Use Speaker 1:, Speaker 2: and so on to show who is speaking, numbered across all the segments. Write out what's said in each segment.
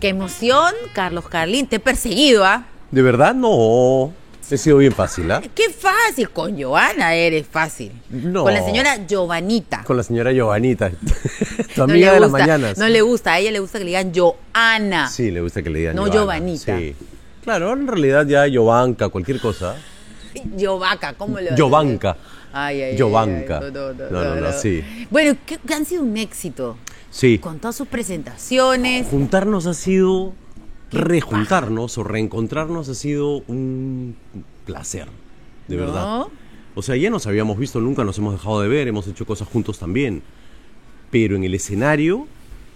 Speaker 1: Qué emoción, Carlos Carlín, te he perseguido, ¿ah?
Speaker 2: De verdad, no. He sido bien fácil, ¿ah?
Speaker 1: Qué fácil, con Joana eres fácil.
Speaker 2: No.
Speaker 1: Con la señora Giovanita.
Speaker 2: Con la señora Giovanita, tu amiga de las
Speaker 1: gusta,
Speaker 2: mañanas.
Speaker 1: No le gusta, a ella le gusta que le digan Joana.
Speaker 2: Sí, le gusta que le digan
Speaker 1: No,
Speaker 2: Giovanna,
Speaker 1: Giovanita.
Speaker 2: Sí. Claro, en realidad ya Giovanca, cualquier cosa.
Speaker 1: Jovaca, ¿cómo le va a
Speaker 2: Jovanka.
Speaker 1: decir? Ay, ay, ay,
Speaker 2: Jovanka.
Speaker 1: ay,
Speaker 2: No, no, no, sí.
Speaker 1: Bueno, que, que han sido un éxito.
Speaker 2: Sí.
Speaker 1: Con todas sus presentaciones.
Speaker 2: Juntarnos ha sido, rejuntarnos o reencontrarnos ha sido un placer, de
Speaker 1: ¿No?
Speaker 2: verdad. O sea, ya nos habíamos visto, nunca nos hemos dejado de ver, hemos hecho cosas juntos también. Pero en el escenario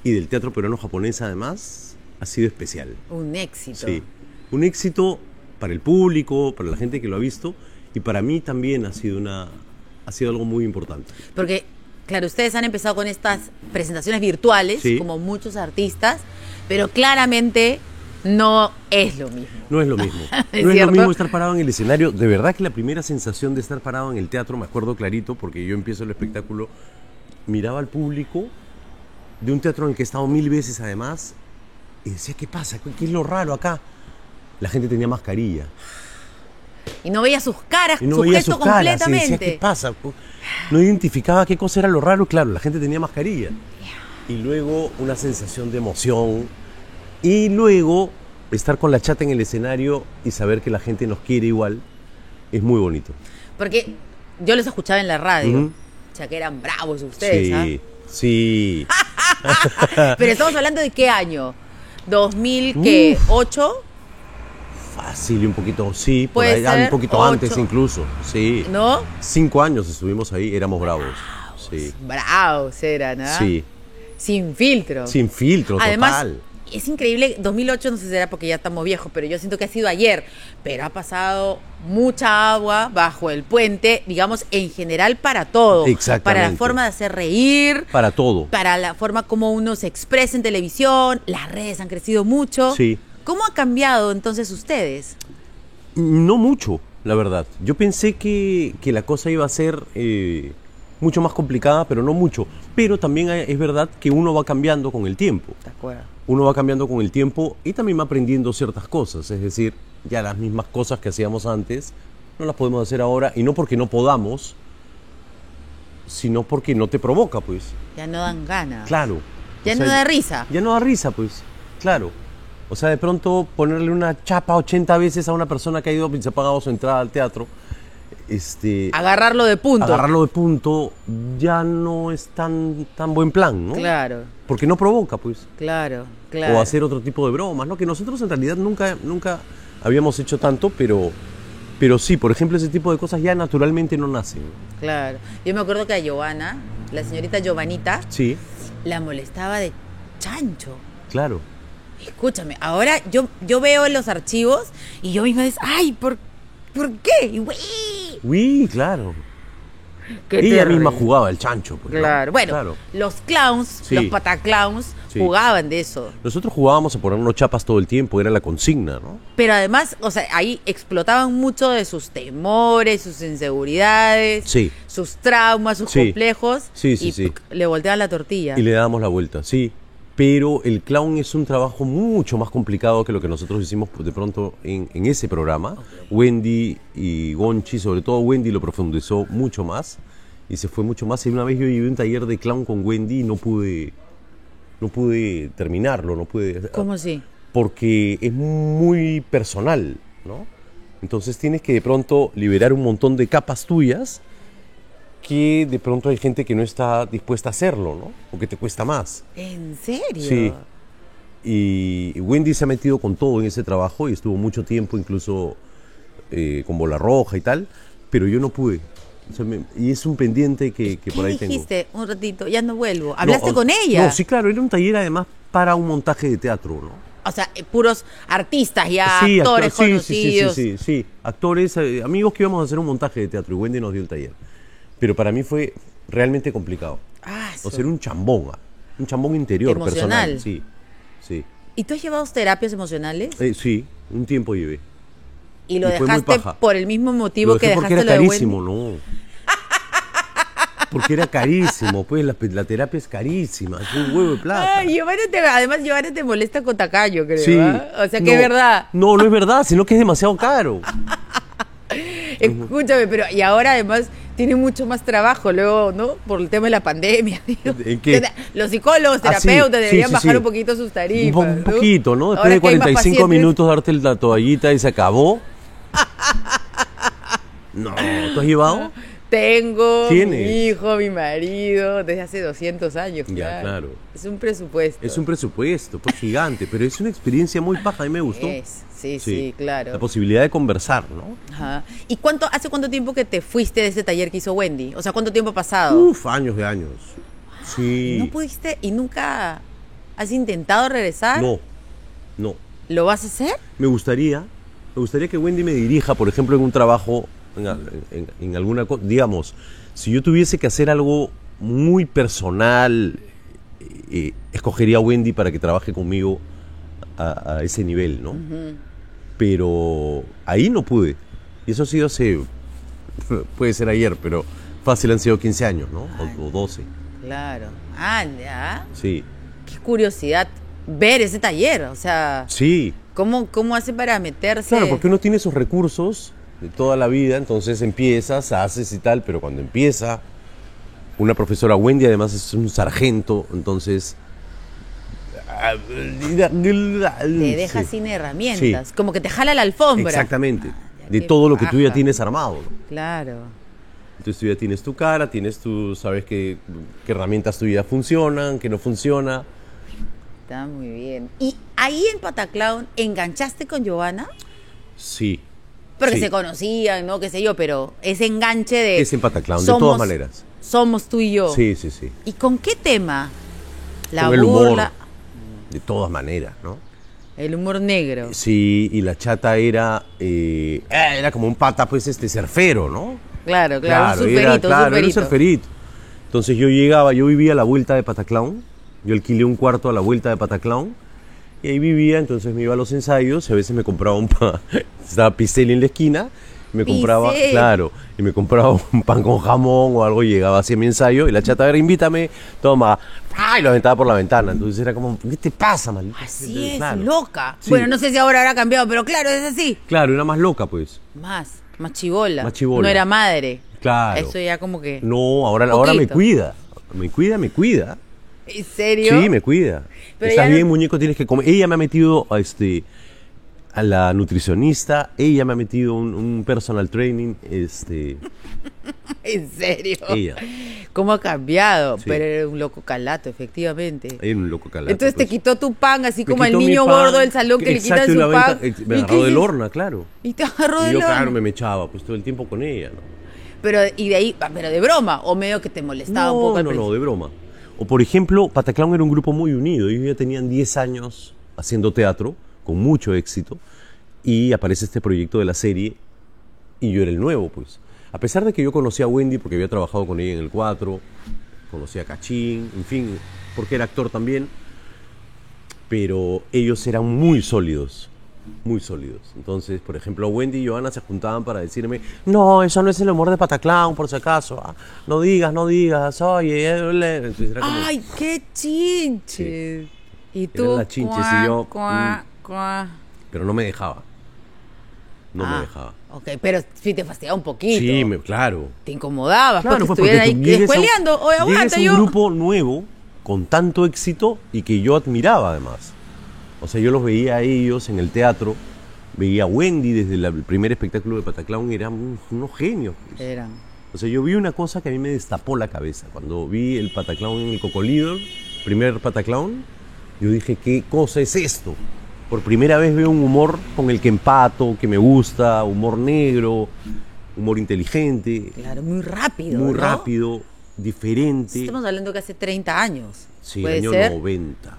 Speaker 2: y del teatro peruano-japonés además, ha sido especial.
Speaker 1: Un éxito.
Speaker 2: Sí, un éxito para el público, para la gente que lo ha visto y para mí también ha sido una ha sido algo muy importante.
Speaker 1: Porque, claro, ustedes han empezado con estas presentaciones virtuales,
Speaker 2: Sí.
Speaker 1: como muchos artistas, pero claramente no es lo mismo.
Speaker 2: No es lo mismo.
Speaker 1: ¿Es
Speaker 2: no es lo
Speaker 1: cierto?
Speaker 2: mismo estar parado en el escenario. De verdad que la primera sensación de estar parado en el teatro, me acuerdo clarito, porque yo empiezo el espectáculo, miraba al público de un teatro en el que he estado mil veces además y decía, ¿qué pasa? ¿Qué qué es lo raro acá? La gente tenía mascarilla.
Speaker 1: Y no veía sus caras,
Speaker 2: Y no
Speaker 1: su
Speaker 2: veía
Speaker 1: gesto
Speaker 2: sus caras. Y decía,
Speaker 1: completamente.
Speaker 2: ¿qué pasa? No identificaba qué cosa era lo raro. Claro, la gente tenía mascarilla. Y luego una sensación de emoción. Y luego estar con la chata en el escenario y saber que la gente nos quiere igual. Es muy bonito.
Speaker 1: Porque yo los escuchaba en la radio.
Speaker 2: Ujú.
Speaker 1: O sea, que eran bravos ustedes,
Speaker 2: sí,
Speaker 1: ¿ah?
Speaker 2: sí.
Speaker 1: Pero estamos hablando de qué año?
Speaker 2: Uh.
Speaker 1: ¿2008?
Speaker 2: Fácil y un poquito, sí. Por
Speaker 1: Puede
Speaker 2: ahí, ah,
Speaker 1: ser
Speaker 2: un poquito
Speaker 1: ocho.
Speaker 2: antes incluso. Sí.
Speaker 1: ¿No?
Speaker 2: Cinco años estuvimos ahí, éramos bravos. Sí.
Speaker 1: Bravos eran, ¿ah?
Speaker 2: Sí.
Speaker 1: Sin filtro.
Speaker 2: Sin filtro,
Speaker 1: Además,
Speaker 2: total.
Speaker 1: es increíble, 2008 no sé si será porque ya estamos viejos, pero yo siento que ha sido ayer, pero ha pasado mucha agua bajo el puente, digamos, en general para todo.
Speaker 2: Exactamente.
Speaker 1: Para la forma de hacer reír,
Speaker 2: Para todo.
Speaker 1: para la forma como uno se expresa en televisión, las redes han crecido mucho.
Speaker 2: Sí.
Speaker 1: ¿Cómo ha cambiado entonces ustedes?
Speaker 2: No mucho, la verdad. Yo pensé que, que la cosa iba a ser eh, mucho más complicada, pero no mucho. Pero también hay- es verdad que uno va cambiando con el tiempo.
Speaker 1: De acuerdo.
Speaker 2: Uno va cambiando con el tiempo y también va aprendiendo ciertas cosas. Es decir, ya las mismas cosas que hacíamos antes no las podemos hacer ahora y no porque no podamos, sino porque no te provoca, pues.
Speaker 1: Ya no dan ganas.
Speaker 2: Claro.
Speaker 1: Ya
Speaker 2: O
Speaker 1: no da risa.
Speaker 2: Ya no da risa, pues. Claro. O sea, de pronto ponerle una chapa 80 veces a una persona que ha ido y se ha pagado su entrada al teatro, este,
Speaker 1: Agarrarlo de punto.
Speaker 2: agarrarlo de punto, ya no es tan, tan buen plan, ¿no?
Speaker 1: Claro,
Speaker 2: Porque no provoca, pues.
Speaker 1: claro, claro.
Speaker 2: O hacer otro tipo de bromas, ¿no? Que nosotros en realidad nunca, nunca habíamos hecho tanto, pero, pero sí, por ejemplo, ese tipo de cosas ya naturalmente no nacen.
Speaker 1: Claro. Yo me acuerdo que a Giovanna, la señorita Giovanita,
Speaker 2: Sí,
Speaker 1: la molestaba de chancho.
Speaker 2: claro.
Speaker 1: Escúchame, ahora yo, yo veo los archivos y yo misma dices, ay, ¿por, ¿por qué? Y, güey,
Speaker 2: Uy, claro.
Speaker 1: qué
Speaker 2: Ella
Speaker 1: terrible.
Speaker 2: misma jugaba el chancho, pues. ¿no?
Speaker 1: Claro. Bueno,
Speaker 2: Claro.
Speaker 1: los clowns,
Speaker 2: Sí.
Speaker 1: los pataclowns,
Speaker 2: Sí.
Speaker 1: jugaban de eso.
Speaker 2: Nosotros jugábamos a ponernos chapas todo el tiempo, era la consigna, ¿no?
Speaker 1: Pero además, o sea, ahí explotaban mucho de sus temores, sus inseguridades,
Speaker 2: Sí.
Speaker 1: sus traumas, sus
Speaker 2: Sí.
Speaker 1: complejos.
Speaker 2: Sí, sí,
Speaker 1: y
Speaker 2: sí.
Speaker 1: ¡puc! le volteaban la tortilla.
Speaker 2: Y le dábamos la vuelta, sí. Pero el clown es un trabajo mucho más complicado que lo que nosotros hicimos pues, de pronto en, en ese programa. Wendy y Gonchi, sobre todo Wendy, lo profundizó mucho más y se fue mucho más. Y una vez yo llevé un taller de clown con Wendy y no pude, no pude terminarlo, no pude.
Speaker 1: ¿Cómo sí?
Speaker 2: porque es muy personal, ¿no? Entonces tienes que de pronto liberar un montón de capas tuyas que de pronto hay gente que no está dispuesta a hacerlo, ¿no? O que te cuesta más.
Speaker 1: ¿En serio?
Speaker 2: Sí. Y Wendy se ha metido con todo en ese trabajo y estuvo mucho tiempo incluso eh, con bola roja y tal, pero yo no pude. O sea, me- y es un pendiente que, que
Speaker 1: ¿Qué
Speaker 2: por ahí tengo.
Speaker 1: dijiste? Un ratito, ya no vuelvo. ¿Hablaste
Speaker 2: No, o-
Speaker 1: con ella?
Speaker 2: No, sí, claro, era un taller además para un montaje de teatro, ¿no?
Speaker 1: O sea, eh, puros artistas ya,
Speaker 2: Sí, actor-
Speaker 1: actores
Speaker 2: sí, sí, sí, sí,
Speaker 1: conocidos.
Speaker 2: sí, sí. actores, eh, amigos que íbamos a hacer un montaje de teatro y Wendy nos dio el taller. Pero para mí fue realmente complicado.
Speaker 1: Ah,
Speaker 2: O
Speaker 1: su-
Speaker 2: sea, era un chambón, ah, un chambón interior,
Speaker 1: Emocional.
Speaker 2: personal. Sí, sí.
Speaker 1: ¿Y tú has llevado terapias emocionales?
Speaker 2: Eh, sí, un tiempo llevé.
Speaker 1: Y lo
Speaker 2: y fue muy
Speaker 1: dejaste
Speaker 2: paja.
Speaker 1: por el mismo motivo
Speaker 2: Lo
Speaker 1: que
Speaker 2: dejé porque
Speaker 1: dejaste
Speaker 2: era
Speaker 1: lo de
Speaker 2: carísimo,
Speaker 1: Wendy.
Speaker 2: no. Porque era carísimo, pues la, la terapia es carísima, es un huevo de plata.
Speaker 1: Ay, Giovanna te, además, Giovanna te molesta con Tacayo, creo.
Speaker 2: Sí.
Speaker 1: ¿ah? O sea, que
Speaker 2: No,
Speaker 1: es verdad.
Speaker 2: No, no es verdad, sino que es demasiado caro.
Speaker 1: Escúchame, pero y ahora además tiene mucho más trabajo luego, ¿no? Por el tema de la pandemia. digo.
Speaker 2: ¿En qué?
Speaker 1: Tera- Los psicólogos,
Speaker 2: Ah, sí,
Speaker 1: terapeutas
Speaker 2: sí,
Speaker 1: deberían
Speaker 2: sí,
Speaker 1: bajar
Speaker 2: sí.
Speaker 1: un poquito sus
Speaker 2: Un,
Speaker 1: tarifas.
Speaker 2: po- un poquito, ¿no? Después
Speaker 1: Ahora
Speaker 2: de
Speaker 1: que hay más
Speaker 2: 45
Speaker 1: pacientes,
Speaker 2: minutos darte la toallita y se acabó. No, ¿tú has llevado?
Speaker 1: Tengo
Speaker 2: ¿Tienes?
Speaker 1: mi hijo, mi marido, desde hace 200 años.
Speaker 2: Ya, claro.
Speaker 1: Es un presupuesto.
Speaker 2: Es un presupuesto, pues gigante, pero es una experiencia muy paja, a mí me gustó.
Speaker 1: Es, sí, sí, claro.
Speaker 2: La posibilidad de conversar, ¿no?
Speaker 1: Ajá. ¿Y cuánto, hace cuánto tiempo que te fuiste de ese taller que hizo Wendy? O sea, ¿cuánto tiempo ha pasado?
Speaker 2: Uf, años de años. Sí.
Speaker 1: Oh. ¿No pudiste y nunca has intentado regresar?
Speaker 2: No, no.
Speaker 1: ¿Lo vas a hacer?
Speaker 2: Me gustaría, me gustaría que Wendy me dirija, por ejemplo, en un trabajo, en, al- en- en alguna cosa. Digamos, si yo tuviese que hacer algo muy personal, eh, escogería a Wendy para que trabaje conmigo a, a ese nivel, ¿no? Pero ahí no pude. Y eso ha sido hace, puede ser ayer, pero fácil han sido 15 años, ¿no? O, o 12,
Speaker 1: Claro. Ah, ya.
Speaker 2: sí.
Speaker 1: Qué curiosidad ver ese taller. O sea,
Speaker 2: Sí,
Speaker 1: ¿cómo, cómo hace para meterse?
Speaker 2: Claro, porque uno tiene sus recursos de toda la vida, entonces empiezas, haces y tal, pero cuando empieza, una profesora Wendy además es un sargento, entonces...
Speaker 1: te deja sin herramientas. Como que te jala la alfombra.
Speaker 2: Exactamente,
Speaker 1: Ah, ya,
Speaker 2: de
Speaker 1: qué
Speaker 2: todo lo que tú ya
Speaker 1: paja.
Speaker 2: tienes armado. ¿no?
Speaker 1: Claro.
Speaker 2: Entonces tú ya tienes tu cara, tienes tu, sabes qué, qué herramientas tuyas funcionan, qué no funciona.
Speaker 1: Está muy bien. ¿Y ahí en Pataclown enganchaste con Giovanna?
Speaker 2: Sí.
Speaker 1: Porque
Speaker 2: sí.
Speaker 1: se conocían, ¿no? Qué sé yo, pero ese enganche de.
Speaker 2: Es en Pataclown, de
Speaker 1: somos-
Speaker 2: todas maneras.
Speaker 1: Somos tú y yo.
Speaker 2: Sí, sí, sí.
Speaker 1: ¿Y con qué tema? Oh. La
Speaker 2: Con el humor,
Speaker 1: burla.
Speaker 2: de todas maneras, ¿no?
Speaker 1: El humor negro.
Speaker 2: Sí, y la chata era eh, eh, era como un pata, pues, este, surfero, ¿no?
Speaker 1: Claro, claro. un
Speaker 2: era-
Speaker 1: surferito, un
Speaker 2: claro, era un
Speaker 1: surferito.
Speaker 2: surferito. Entonces yo llegaba, yo vivía a la vuelta de Pataclown, yo alquilé un cuarto a la vuelta de Pataclown, y ahí vivía, entonces me iba a los ensayos, y a veces me compraba un pan, estaba Picelli en la esquina, y me compraba,
Speaker 1: Picelli.
Speaker 2: claro, y me compraba un pan con jamón o algo, y llegaba así a mi ensayo, y la chata era, invítame, toma, ¡ah! y lo aventaba por la ventana, entonces era como, ¿qué te pasa, maldita?
Speaker 1: Así es,
Speaker 2: Claro.
Speaker 1: loca.
Speaker 2: Sí.
Speaker 1: Bueno, no sé si ahora habrá cambiado, pero claro, es así.
Speaker 2: Claro, era más loca, pues.
Speaker 1: Más, más chivola.
Speaker 2: Más chibola.
Speaker 1: No era madre.
Speaker 2: Claro.
Speaker 1: Eso ya como que.
Speaker 2: No, ahora, ahora me
Speaker 1: Poquito.
Speaker 2: cuida. Me cuida, me cuida.
Speaker 1: ¿En serio?
Speaker 2: Sí, me cuida.
Speaker 1: Pero
Speaker 2: Estás
Speaker 1: ya no-
Speaker 2: bien, muñeco, tienes que comer. Ella me ha metido a este a la nutricionista, ella me ha metido un, un personal training, este,
Speaker 1: En serio.
Speaker 2: ella,
Speaker 1: ¿Cómo ha cambiado?
Speaker 2: Sí.
Speaker 1: Pero era un loco calato, efectivamente.
Speaker 2: era un loco calado.
Speaker 1: Entonces te quitó tu pan, así
Speaker 2: pues. Me
Speaker 1: como el
Speaker 2: quitó mi
Speaker 1: niño
Speaker 2: pan,
Speaker 1: gordo del salón que le
Speaker 2: exacto,
Speaker 1: quitan su
Speaker 2: y la
Speaker 1: pan.
Speaker 2: venta- eh, Me
Speaker 1: ¿Y
Speaker 2: agarró
Speaker 1: qué
Speaker 2: del
Speaker 1: hiciste?
Speaker 2: horno, claro.
Speaker 1: Y te agarró
Speaker 2: Y
Speaker 1: del
Speaker 2: yo,
Speaker 1: horno.
Speaker 2: claro, me me echaba, pues todo el tiempo con ella, ¿no?
Speaker 1: Pero, y de ahí, ah, pero de broma, o medio que te molestaba
Speaker 2: no,
Speaker 1: un poco al
Speaker 2: no, no,
Speaker 1: principio.
Speaker 2: de broma. O por ejemplo, Pataclown era un grupo muy unido. Ellos ya tenían 10 años haciendo teatro, con mucho éxito, y aparece este proyecto de la serie, y yo era el nuevo, pues. A pesar de que yo conocía a Wendy porque había trabajado con ella en el 4, conocía a Cachín, en fin, porque era actor también, pero ellos eran muy sólidos. Muy sólidos. Entonces, por ejemplo, Wendy y Joana se juntaban para decirme, no, eso no es el humor de Pataclown, por si acaso. ah, No digas, no digas, oye, eh, le-". Entonces era como,
Speaker 1: ¡Ay, qué chinches! Y tú.
Speaker 2: las chinches y
Speaker 1: cuá,
Speaker 2: yo,
Speaker 1: cuá, cuá.
Speaker 2: pero no me dejaba. No
Speaker 1: Ah,
Speaker 2: me dejaba.
Speaker 1: Ok, pero sí te fastidiaba un poquito.
Speaker 2: Sí, me- claro.
Speaker 1: Te incomodaba. porque
Speaker 2: Claro, pues, porque
Speaker 1: estuvieran ahí
Speaker 2: tú llegues a un-
Speaker 1: descueleando. Oye,
Speaker 2: llegues a
Speaker 1: aguanta
Speaker 2: un
Speaker 1: yo.
Speaker 2: grupo nuevo con tanto éxito y que yo admiraba además. O sea, yo los veía a ellos en el teatro, veía a Wendy desde la- el primer espectáculo de Pataclown, eran un- unos genios. pues.
Speaker 1: Eran.
Speaker 2: O sea, yo vi una cosa que a mí me destapó la cabeza. Cuando vi el Pataclown en el Cocolíder, primer Pataclown, yo dije, ¿qué cosa es esto? Por primera vez veo un humor con el que empato, que me gusta, humor negro, humor inteligente
Speaker 1: Claro, muy rápido.
Speaker 2: muy
Speaker 1: ¿no?
Speaker 2: rápido, diferente.
Speaker 1: Estamos hablando que hace 30 años.
Speaker 2: Sí,
Speaker 1: Puede
Speaker 2: año
Speaker 1: ser.
Speaker 2: 90.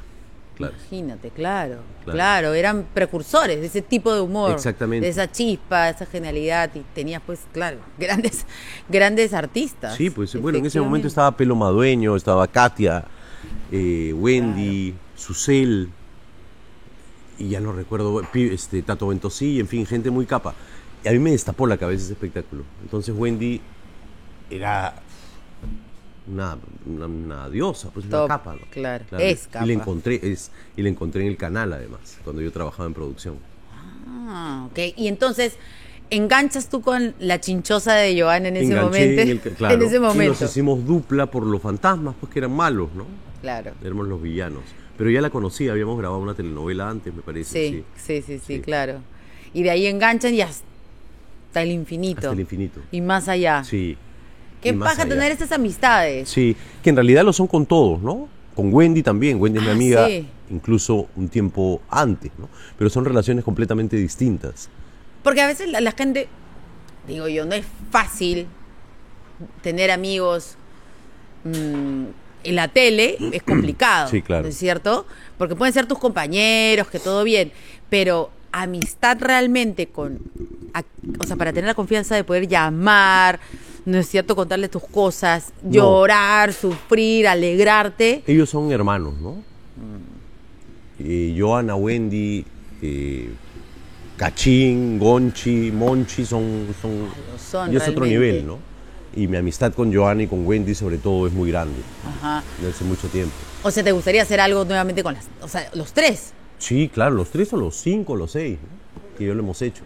Speaker 2: Claro.
Speaker 1: Imagínate, claro,
Speaker 2: Claro.
Speaker 1: claro. eran precursores de ese tipo de humor.
Speaker 2: Exactamente.
Speaker 1: De esa chispa, de esa genialidad. Y tenías, pues, claro, grandes, grandes artistas.
Speaker 2: Sí, pues bueno, en ese
Speaker 1: Efectivamente.
Speaker 2: momento estaba Pelo Madueño, estaba Katia, eh, Wendy, Susel, y ya no recuerdo, pi- este, Tato Ventosí, en fin, gente muy capa. Y a mí me destapó la cabeza ese espectáculo. Entonces Wendy era una, una, una diosa, pues
Speaker 1: Top,
Speaker 2: una capa. ¿no?
Speaker 1: claro, es
Speaker 2: Y la
Speaker 1: capa.
Speaker 2: encontré, es, y la encontré en el canal además, cuando yo trabajaba en producción.
Speaker 1: Ah, ok. Y entonces, ¿enganchas tú con la chinchosa de Joana en ese
Speaker 2: Enganché
Speaker 1: momento?
Speaker 2: en, el ca- claro,
Speaker 1: ese
Speaker 2: Y
Speaker 1: momento.
Speaker 2: nos hicimos dupla por los fantasmas, pues que eran malos, ¿no?
Speaker 1: Claro.
Speaker 2: Éramos los villanos. Pero ya la conocí, habíamos grabado una telenovela antes, me parece.
Speaker 1: Sí, sí, sí, sí,
Speaker 2: Sí.
Speaker 1: claro. Y de ahí enganchan y hasta el infinito.
Speaker 2: Hasta el infinito.
Speaker 1: Y más allá.
Speaker 2: Sí.
Speaker 1: Qué
Speaker 2: Y más
Speaker 1: paja
Speaker 2: allá.
Speaker 1: tener estas amistades.
Speaker 2: Sí, que en realidad lo son con todos, ¿no? Con Wendy también, Wendy es mi
Speaker 1: Ah,
Speaker 2: amiga,
Speaker 1: sí.
Speaker 2: incluso un tiempo antes, ¿no? Pero son relaciones completamente distintas.
Speaker 1: Porque a veces la, la gente, digo yo, no es fácil tener amigos mm, en la tele, es complicado.
Speaker 2: Sí, claro.
Speaker 1: ¿No es cierto? Porque pueden ser tus compañeros, que todo bien, pero amistad realmente con, a- o sea, para tener la confianza de poder llamar, ¿no es cierto? Contarle tus cosas,
Speaker 2: No.
Speaker 1: llorar, sufrir, alegrarte.
Speaker 2: Ellos son hermanos, ¿no?
Speaker 1: Mm.
Speaker 2: Eh, Joana, Wendy, eh, Cachín, Gonchi, Monchi son... son
Speaker 1: Ah, son
Speaker 2: y es otro
Speaker 1: realmente.
Speaker 2: nivel, ¿no? Y mi amistad con Joana y con Wendy sobre todo es muy grande,
Speaker 1: Ajá.
Speaker 2: de hace mucho tiempo.
Speaker 1: O sea, ¿te gustaría hacer algo nuevamente con las, o sea, los tres?
Speaker 2: Sí, claro, los tres o los cinco, los seis, ¿no? que yo lo hemos hecho.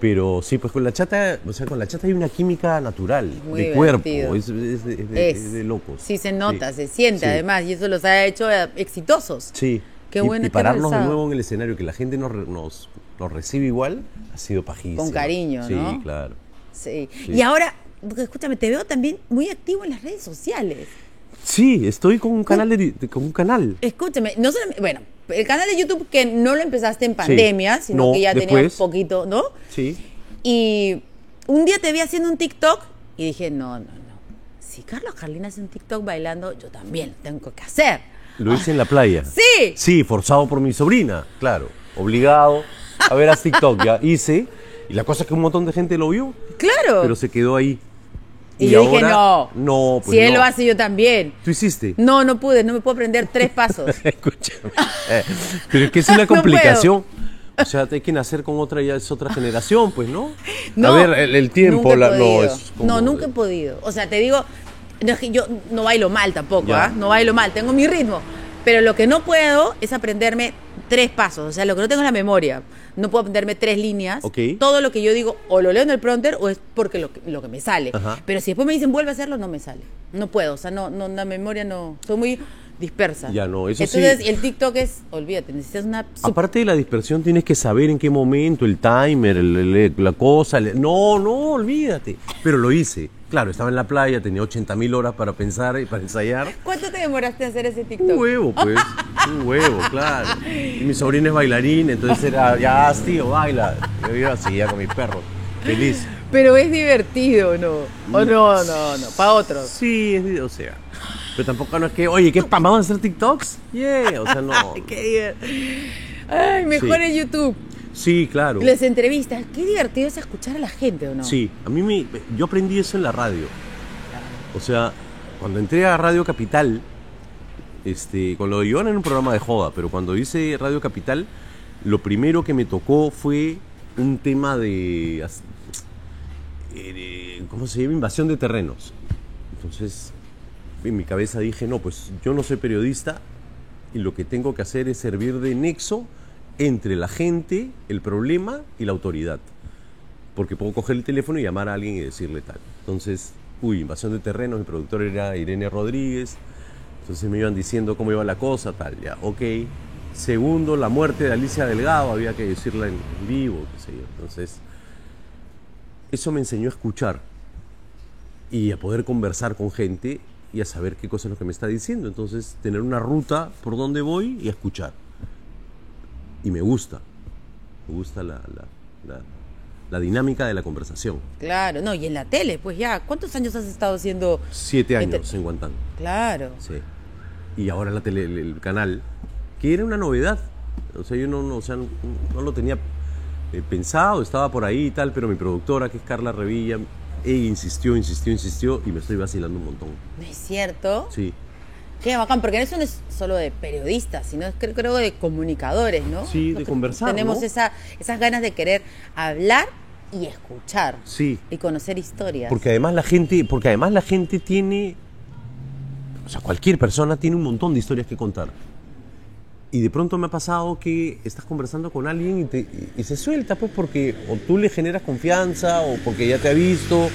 Speaker 2: Pero sí, pues con la chata, o sea, con la chata hay una química natural,
Speaker 1: muy
Speaker 2: de cuerpo,
Speaker 1: divertido.
Speaker 2: es, es de, es de-
Speaker 1: Es.
Speaker 2: es de locos.
Speaker 1: Sí, se nota,
Speaker 2: Sí.
Speaker 1: se siente
Speaker 2: Sí.
Speaker 1: además, y eso los ha hecho eh, exitosos.
Speaker 2: Sí.
Speaker 1: Qué
Speaker 2: y,
Speaker 1: bueno
Speaker 2: y
Speaker 1: que
Speaker 2: pararnos de
Speaker 1: regresaba.
Speaker 2: nuevo en el escenario, que la gente nos, re- nos, nos recibe igual, ha sido pajísimo.
Speaker 1: Con cariño,
Speaker 2: sí,
Speaker 1: ¿no?
Speaker 2: claro.
Speaker 1: Sí.
Speaker 2: Sí.
Speaker 1: Y ahora, escúchame, te veo también muy activo en las redes sociales.
Speaker 2: Sí, estoy con un canal, de, de- con un canal.
Speaker 1: Escúchame, no solamente, bueno, el canal de YouTube que no lo empezaste en pandemia, sino
Speaker 2: No,
Speaker 1: que ya tenías
Speaker 2: después.
Speaker 1: un poquito, ¿no?
Speaker 2: Sí.
Speaker 1: Y un día te vi haciendo un TikTok y dije, no, no, no. Si Carlos Carlina hace un TikTok bailando, yo también lo tengo que hacer.
Speaker 2: Lo hice en la playa.
Speaker 1: Sí.
Speaker 2: Sí, forzado por mi sobrina, claro. Obligado a ver a TikTok, ya hice. Y la cosa es que un montón de gente lo vio,
Speaker 1: Claro.
Speaker 2: pero se quedó ahí.
Speaker 1: y yo dije, no.
Speaker 2: ahora- No, pues
Speaker 1: Si él
Speaker 2: no.
Speaker 1: lo hace, yo también.
Speaker 2: ¿Tú hiciste?
Speaker 1: No, no pude, no me puedo aprender tres pasos.
Speaker 2: Escúchame. Eh, pero es que es una
Speaker 1: No puedo.
Speaker 2: complicación. o sea, hay que nacer con otra, ya es otra generación, pues, ¿no?
Speaker 1: No,
Speaker 2: a ver, el, el tiempo,
Speaker 1: nunca he
Speaker 2: la- no,
Speaker 1: podido.
Speaker 2: es como-
Speaker 1: No, nunca he podido. O sea, te digo, no es que yo no bailo mal tampoco,
Speaker 2: Ya.
Speaker 1: ¿ah? No bailo mal, tengo mi ritmo. Pero lo que no puedo es aprenderme tres pasos. O sea, lo que no tengo es la memoria. No puedo aprenderme tres líneas.
Speaker 2: Ok.
Speaker 1: Todo lo que yo digo o lo leo en el prompter o es porque lo que, lo que me sale.
Speaker 2: Ajá.
Speaker 1: Pero si después me dicen vuelve a hacerlo, no me sale. No puedo. O sea, no, no, la memoria no. Soy muy dispersa.
Speaker 2: Ya, no, eso sí. Ah.
Speaker 1: Entonces, el TikTok es, olvídate, necesitas una super
Speaker 2: Aparte de la dispersión, tienes que saber en qué momento, el timer, el- el- la cosa. el- no, no, olvídate. Pero lo hice. Claro, estaba en la playa, tenía 80 mil horas para pensar y para ensayar.
Speaker 1: ¿Cuánto te demoraste en hacer ese
Speaker 2: Un
Speaker 1: TikTok?
Speaker 2: huevo, pues. Un huevo, claro. Y mi sobrino es bailarín, entonces era, ya, haz, tío, baila. Yo iba así, ya con mis perros. Feliz.
Speaker 1: Pero es divertido, ¿no? O no, no, no, para otros.
Speaker 2: Mm. Sí, es- o sea. Pero tampoco no es que, oye, ¿qué pam? ¿Vamos a hacer TikToks? Yeah, o sea, no.
Speaker 1: Qué Ay, mejor
Speaker 2: Sí.
Speaker 1: en YouTube.
Speaker 2: Sí, claro.
Speaker 1: Las entrevistas. Qué divertido es escuchar a la gente, ¿o no?
Speaker 2: Sí, a mí me, yo aprendí eso en la radio. O sea, cuando entré a Radio Capital, este, con lo de Iván en un programa de joda, pero cuando hice Radio Capital, lo primero que me tocó fue un tema de, as- eh, de- ¿cómo se llama? Invasión de terrenos. Entonces, en mi cabeza dije, no, pues yo no soy periodista y lo que tengo que hacer es servir de nexo entre la gente, el problema y la autoridad porque puedo coger el teléfono y llamar a alguien y decirle tal. Entonces, uy, invasión de terrenos, mi productor era Irene Rodríguez, entonces me iban diciendo cómo iba la cosa, tal, ya, ok. Segundo, la muerte de Alicia Delgado, había que decirla en en vivo, qué sé yo. Entonces, eso me enseñó a escuchar y a poder conversar con gente y a saber qué cosa es lo que me está diciendo. Entonces, tener una ruta por donde voy y a escuchar. Y me gusta, me gusta la- la- la- la dinámica de la conversación.
Speaker 1: Claro, no, y en la tele, pues ya. ¿Cuántos años has estado haciendo?
Speaker 2: Siete
Speaker 1: Ente-
Speaker 2: años en Guantán,
Speaker 1: Claro.
Speaker 2: sí. Y ahora la tele, el, el canal, que era una novedad. O sea, yo no, no, o sea, no, no lo tenía eh, pensado, estaba por ahí y tal, pero mi productora, que es Carla Revilla, ella insistió, insistió, insistió y me estoy vacilando un montón.
Speaker 1: ¿No es cierto?
Speaker 2: Sí.
Speaker 1: Qué bacán, porque eso no es solo de periodistas, sino es cre- creo de comunicadores, ¿no?
Speaker 2: Sí, de
Speaker 1: Los que
Speaker 2: conversar,
Speaker 1: Tenemos
Speaker 2: ¿no?
Speaker 1: esa, esas ganas de querer hablar y escuchar.
Speaker 2: Sí.
Speaker 1: Y conocer historias.
Speaker 2: Porque además la gente, porque además la gente tiene sea, cualquier persona tiene un montón de historias que contar. Y de pronto me ha pasado que estás conversando con alguien y, te- y se suelta, pues, porque o tú le generas confianza o porque ya te ha visto.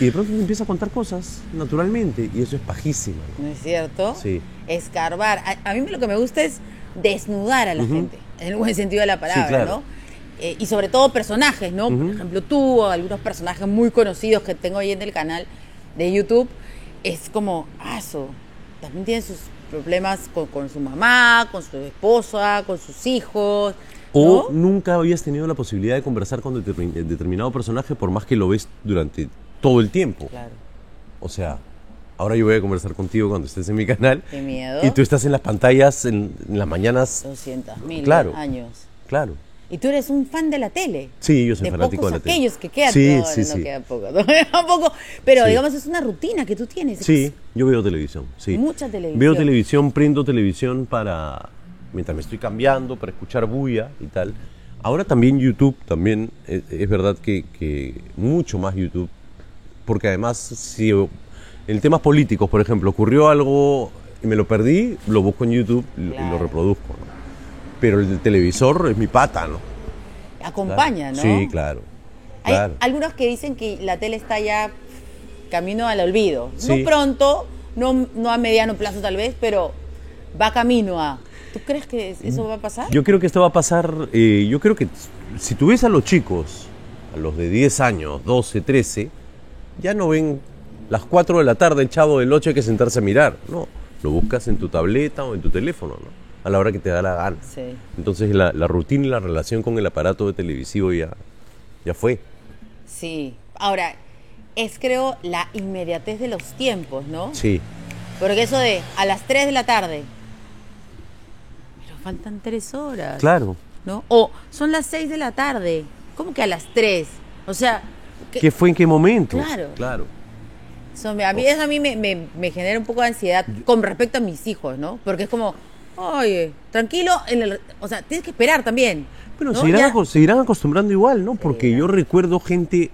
Speaker 2: Y de pronto te empieza a contar cosas naturalmente. Y eso es pajísima. ¿no?
Speaker 1: ¿No es cierto?
Speaker 2: Sí.
Speaker 1: Escarbar. A, a mí lo que me gusta es desnudar a la gente, en el buen sentido de la palabra,
Speaker 2: claro.
Speaker 1: ¿no? Eh, y sobre todo personajes, ¿no? Por ejemplo, tú o algunos personajes muy conocidos que tengo ahí en el canal de YouTube, es como, ah, eso, también tienen sus problemas con, con su mamá, con su esposa, con sus hijos.
Speaker 2: O
Speaker 1: ¿no?
Speaker 2: nunca habías tenido la posibilidad de conversar con determin- determinado personaje por más que lo ves durante todo el tiempo.
Speaker 1: Claro.
Speaker 2: O sea, ahora yo voy a conversar contigo cuando estés en mi canal.
Speaker 1: Qué miedo.
Speaker 2: Y tú estás en las pantallas en, en las mañanas.
Speaker 1: 200 mil
Speaker 2: Claro.
Speaker 1: años.
Speaker 2: Claro.
Speaker 1: Y tú eres un fan de la tele.
Speaker 2: Sí, yo soy
Speaker 1: de
Speaker 2: fanático
Speaker 1: pocos
Speaker 2: de la tele.
Speaker 1: aquellos que quedan.
Speaker 2: Sí,
Speaker 1: no,
Speaker 2: sí,
Speaker 1: no
Speaker 2: sí.
Speaker 1: queda poco, no queda poco. Pero
Speaker 2: Sí.
Speaker 1: digamos, es una rutina que tú tienes.
Speaker 2: Sí, yo veo televisión. Sí.
Speaker 1: Mucha televisión.
Speaker 2: Veo televisión, prendo televisión para. mientras me estoy cambiando, para escuchar bulla y tal. Ahora también YouTube, también eh, es, verdad que, que mucho más YouTube. Porque además, si o- en temas políticos, por ejemplo, ocurrió algo y me lo perdí, lo busco en YouTube y- y
Speaker 1: Claro.
Speaker 2: lo reproduzco. ¿no? Pero el televisor es mi pata, ¿no?
Speaker 1: Acompaña, ¿no?
Speaker 2: Sí, claro.
Speaker 1: Hay
Speaker 2: claro.
Speaker 1: algunos que dicen que la tele está ya camino al olvido.
Speaker 2: Sí.
Speaker 1: No pronto, no, no a mediano plazo tal vez, pero va camino a... ¿Tú crees que es- eso va a pasar?
Speaker 2: Yo creo que esto va a pasar, eh, yo creo que si tú ves a los chicos, a los de 10 años, 12, 13, ya no ven las 4 de la tarde, el chavo del 8 hay que sentarse a mirar, no, lo buscas en tu tableta o en tu teléfono, ¿no? a la hora que te da la gana.
Speaker 1: Sí.
Speaker 2: Entonces la, la rutina y la relación con el aparato de televisivo ya, ya fue.
Speaker 1: Sí. Ahora, es creo la inmediatez de los tiempos, ¿no?
Speaker 2: Sí,
Speaker 1: Porque eso de a las 3 de la tarde. Pero faltan 3 horas.
Speaker 2: claro.
Speaker 1: ¿No? O son las 6 de la tarde. ¿Cómo que a las 3? O sea, que-
Speaker 2: ¿Qué fue en qué momento?
Speaker 1: Claro.
Speaker 2: Claro.
Speaker 1: eso me- a mí, eso a mí me, me- me genera un poco de ansiedad con respecto a mis hijos, ¿no? Porque es como, oye, tranquilo, en el- o sea, tienes que esperar también.
Speaker 2: Bueno,
Speaker 1: ¿no?
Speaker 2: se, irán
Speaker 1: Ya-
Speaker 2: aco- se irán acostumbrando igual, ¿no? Porque yo recuerdo gente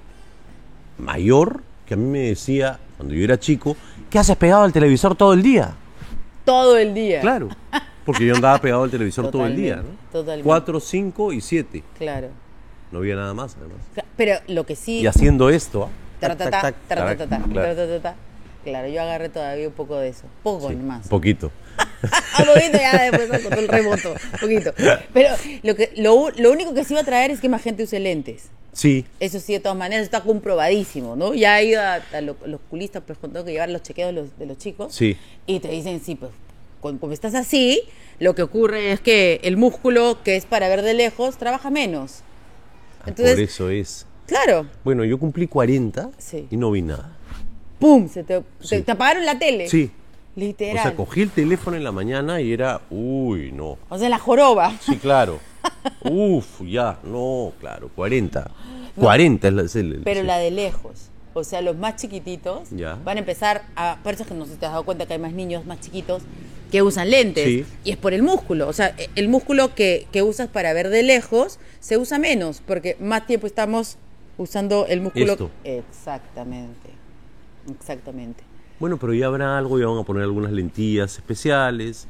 Speaker 2: mayor que a mí me decía, cuando yo era chico, ¿qué haces pegado al televisor todo el día?
Speaker 1: todo el día.
Speaker 2: Claro, porque yo andaba pegado al televisor todo el día,
Speaker 1: Totalmente,
Speaker 2: ¿no?
Speaker 1: totalmente.
Speaker 2: Cuatro, cinco y siete.
Speaker 1: Claro.
Speaker 2: No había nada más, además.
Speaker 1: Cla- Pero lo que sí.
Speaker 2: Y haciendo esto, ¿ah? Tac, tac,
Speaker 1: Taratatá,
Speaker 2: tac, tarac,
Speaker 1: taratatá,
Speaker 2: claro,
Speaker 1: taratatá. Claro, yo agarré todavía un poco de eso. Poco
Speaker 2: sí,
Speaker 1: nomás.
Speaker 2: Poquito.
Speaker 1: Un poquito ya después con el remoto. poquito. Pero lo, que, lo, u- lo único que sí va a traer es que más gente use lentes.
Speaker 2: Sí,
Speaker 1: Eso sí, de todas maneras, está comprobadísimo, ¿no? Ya he ido a, a lo- los culistas, pues, cuando tengo que llevar los chequeos de los, de los chicos.
Speaker 2: Sí.
Speaker 1: Y te dicen, sí, pues, con- como estás así, lo que ocurre es que el músculo, que es para ver de lejos, trabaja menos.
Speaker 2: Ah,
Speaker 1: Entonces-
Speaker 2: por eso es.
Speaker 1: Claro.
Speaker 2: Bueno, yo cumplí 40
Speaker 1: Sí.
Speaker 2: y no vi nada.
Speaker 1: ¡Pum! Se te,
Speaker 2: Sí.
Speaker 1: te- te apagaron la tele.
Speaker 2: Sí. O
Speaker 1: Literal.
Speaker 2: sea, cogí el teléfono en la mañana y era, uy, no.
Speaker 1: O sea, la joroba.
Speaker 2: Sí, claro. Uf, ya, no, claro, 40. 40 es la- es el. el-
Speaker 1: Pero
Speaker 2: sí.
Speaker 1: la de lejos. O sea, los más chiquititos
Speaker 2: Ya.
Speaker 1: van a empezar a. Por eso es que no sé si te has dado cuenta que hay más niños más chiquitos que usan lentes.
Speaker 2: Sí.
Speaker 1: Y es por el músculo. O sea, e- el músculo que, que usas para ver de lejos se usa menos porque más tiempo estamos usando el músculo.
Speaker 2: Esto.
Speaker 1: Exactamente. Exactamente.
Speaker 2: Bueno, pero ya habrá algo, ya van a poner algunas lentillas especiales.